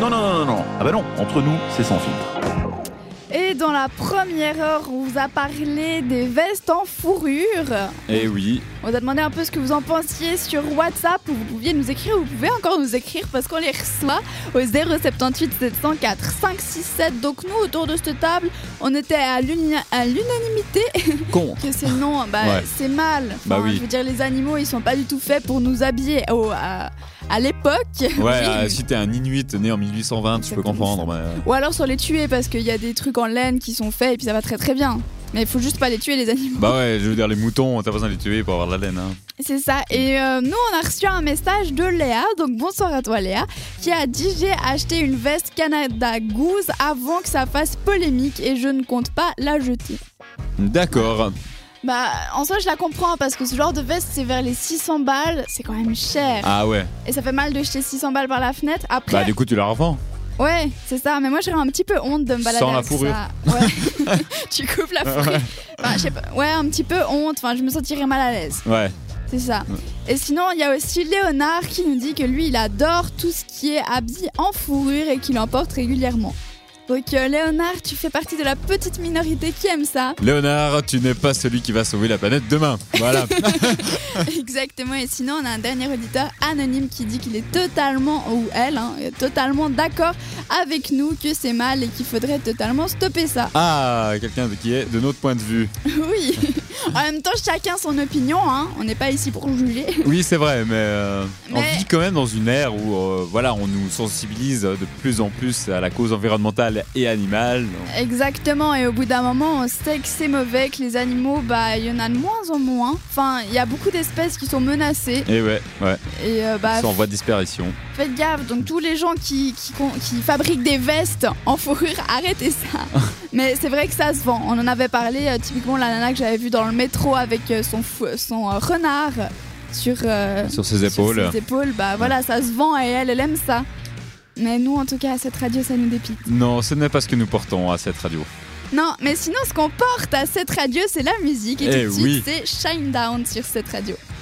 Non, non, non, non, non. Ah bah non, entre nous, c'est sans filtre. Et dans la première heure, on vous a parlé des vestes en fourrure. Eh oui, On vous a demandé un peu ce que vous en pensiez sur WhatsApp où vous pouviez nous écrire. Vous pouvez encore nous écrire parce qu'on les reçoit au 078 704 567. Donc nous, autour de cette table, on était à l'uni- à l'unanimité contre. que c'est non, bah, Ouais. c'est mal. Enfin, Bah oui. Je veux dire, les animaux, ils sont pas du tout faits pour nous habiller au- à, à l'époque. Ouais, euh, si t'es un Inuit né en 1820, je peux Exactement comprendre. Mais... Ou alors sur les tuer parce qu'il y a des trucs en laine qui sont faits et puis ça va très très bien. Mais il faut juste pas les tuer les animaux. Bah ouais, je veux dire, les moutons, t'as pas besoin de les tuer pour avoir de la laine. Hein. C'est ça. Et euh, nous, on a reçu un message de Léa. Donc bonsoir à toi Léa, qui a dit j'ai acheté une veste Canada Goose avant que ça fasse polémique et je ne compte pas la jeter. D'accord. Bah en soi, je la comprends parce que ce genre de veste, c'est vers les 600 balles. C'est quand même cher. Ah ouais. Et ça fait mal de jeter 600 balles par la fenêtre. Après, Bah du coup, tu leur revends. ouais, c'est ça. Mais moi, j'aurais un petit peu honte de me balader Sans la avec fourrure. ça. Ouais. tu coupes la fourrure. Ouais. Enfin, je sais pas. Ouais, un petit peu honte. Enfin, je me sentirais mal à l'aise. Ouais. C'est ça. Et sinon, il y a aussi Léonard qui nous dit que lui, il adore tout ce qui est habillé en fourrure et qu'il en porte régulièrement. Donc, euh, Léonard, tu fais partie de la petite minorité qui aime ça. Léonard, tu n'es pas celui qui va sauver la planète demain. Voilà. Exactement. Et sinon, on a un dernier auditeur anonyme qui dit qu'il est totalement, ou elle, hein, est totalement d'accord avec nous que c'est mal et qu'il faudrait totalement stopper ça. ah, quelqu'un qui est de notre point de vue. Oui. en même temps, chacun son opinion. hein. On n'est pas ici pour juger. Oui, c'est vrai, mais, euh, on Mais- vit quand même dans une ère où euh, voilà, on nous sensibilise de plus en plus à la cause environnementale et animale. Ah. Donc, Exactement, et au bout d'un moment, on sait que c'est mauvais, que les animaux, bah, il y en a de moins en moins. Enfin, il y a beaucoup d'espèces qui sont menacées, Et Eh ouais, ouais, et euh, bah, c'est en voie de disparition. faites gaffe. Donc, tous les gens qui, qui, con- qui fabriquent des vestes en fourrure, arrêtez ça. Mais c'est vrai que ça se vend. On en avait parlé, euh, typiquement, la nana que j'avais vue dans le métro avec euh, son, fou- son euh, renard sur, euh, Sur ses sur épaules. ses épaules, bah voilà, ça se vend et elle, elle aime ça. Mais nous, en tout cas, à cette radio, ça nous dépite. Non, ce n'est pas ce que nous portons à cette radio. Non, mais sinon, ce qu'on porte à cette radio, c'est la musique. Et Eh tout de suite, oui. c'est Shine Down sur cette radio.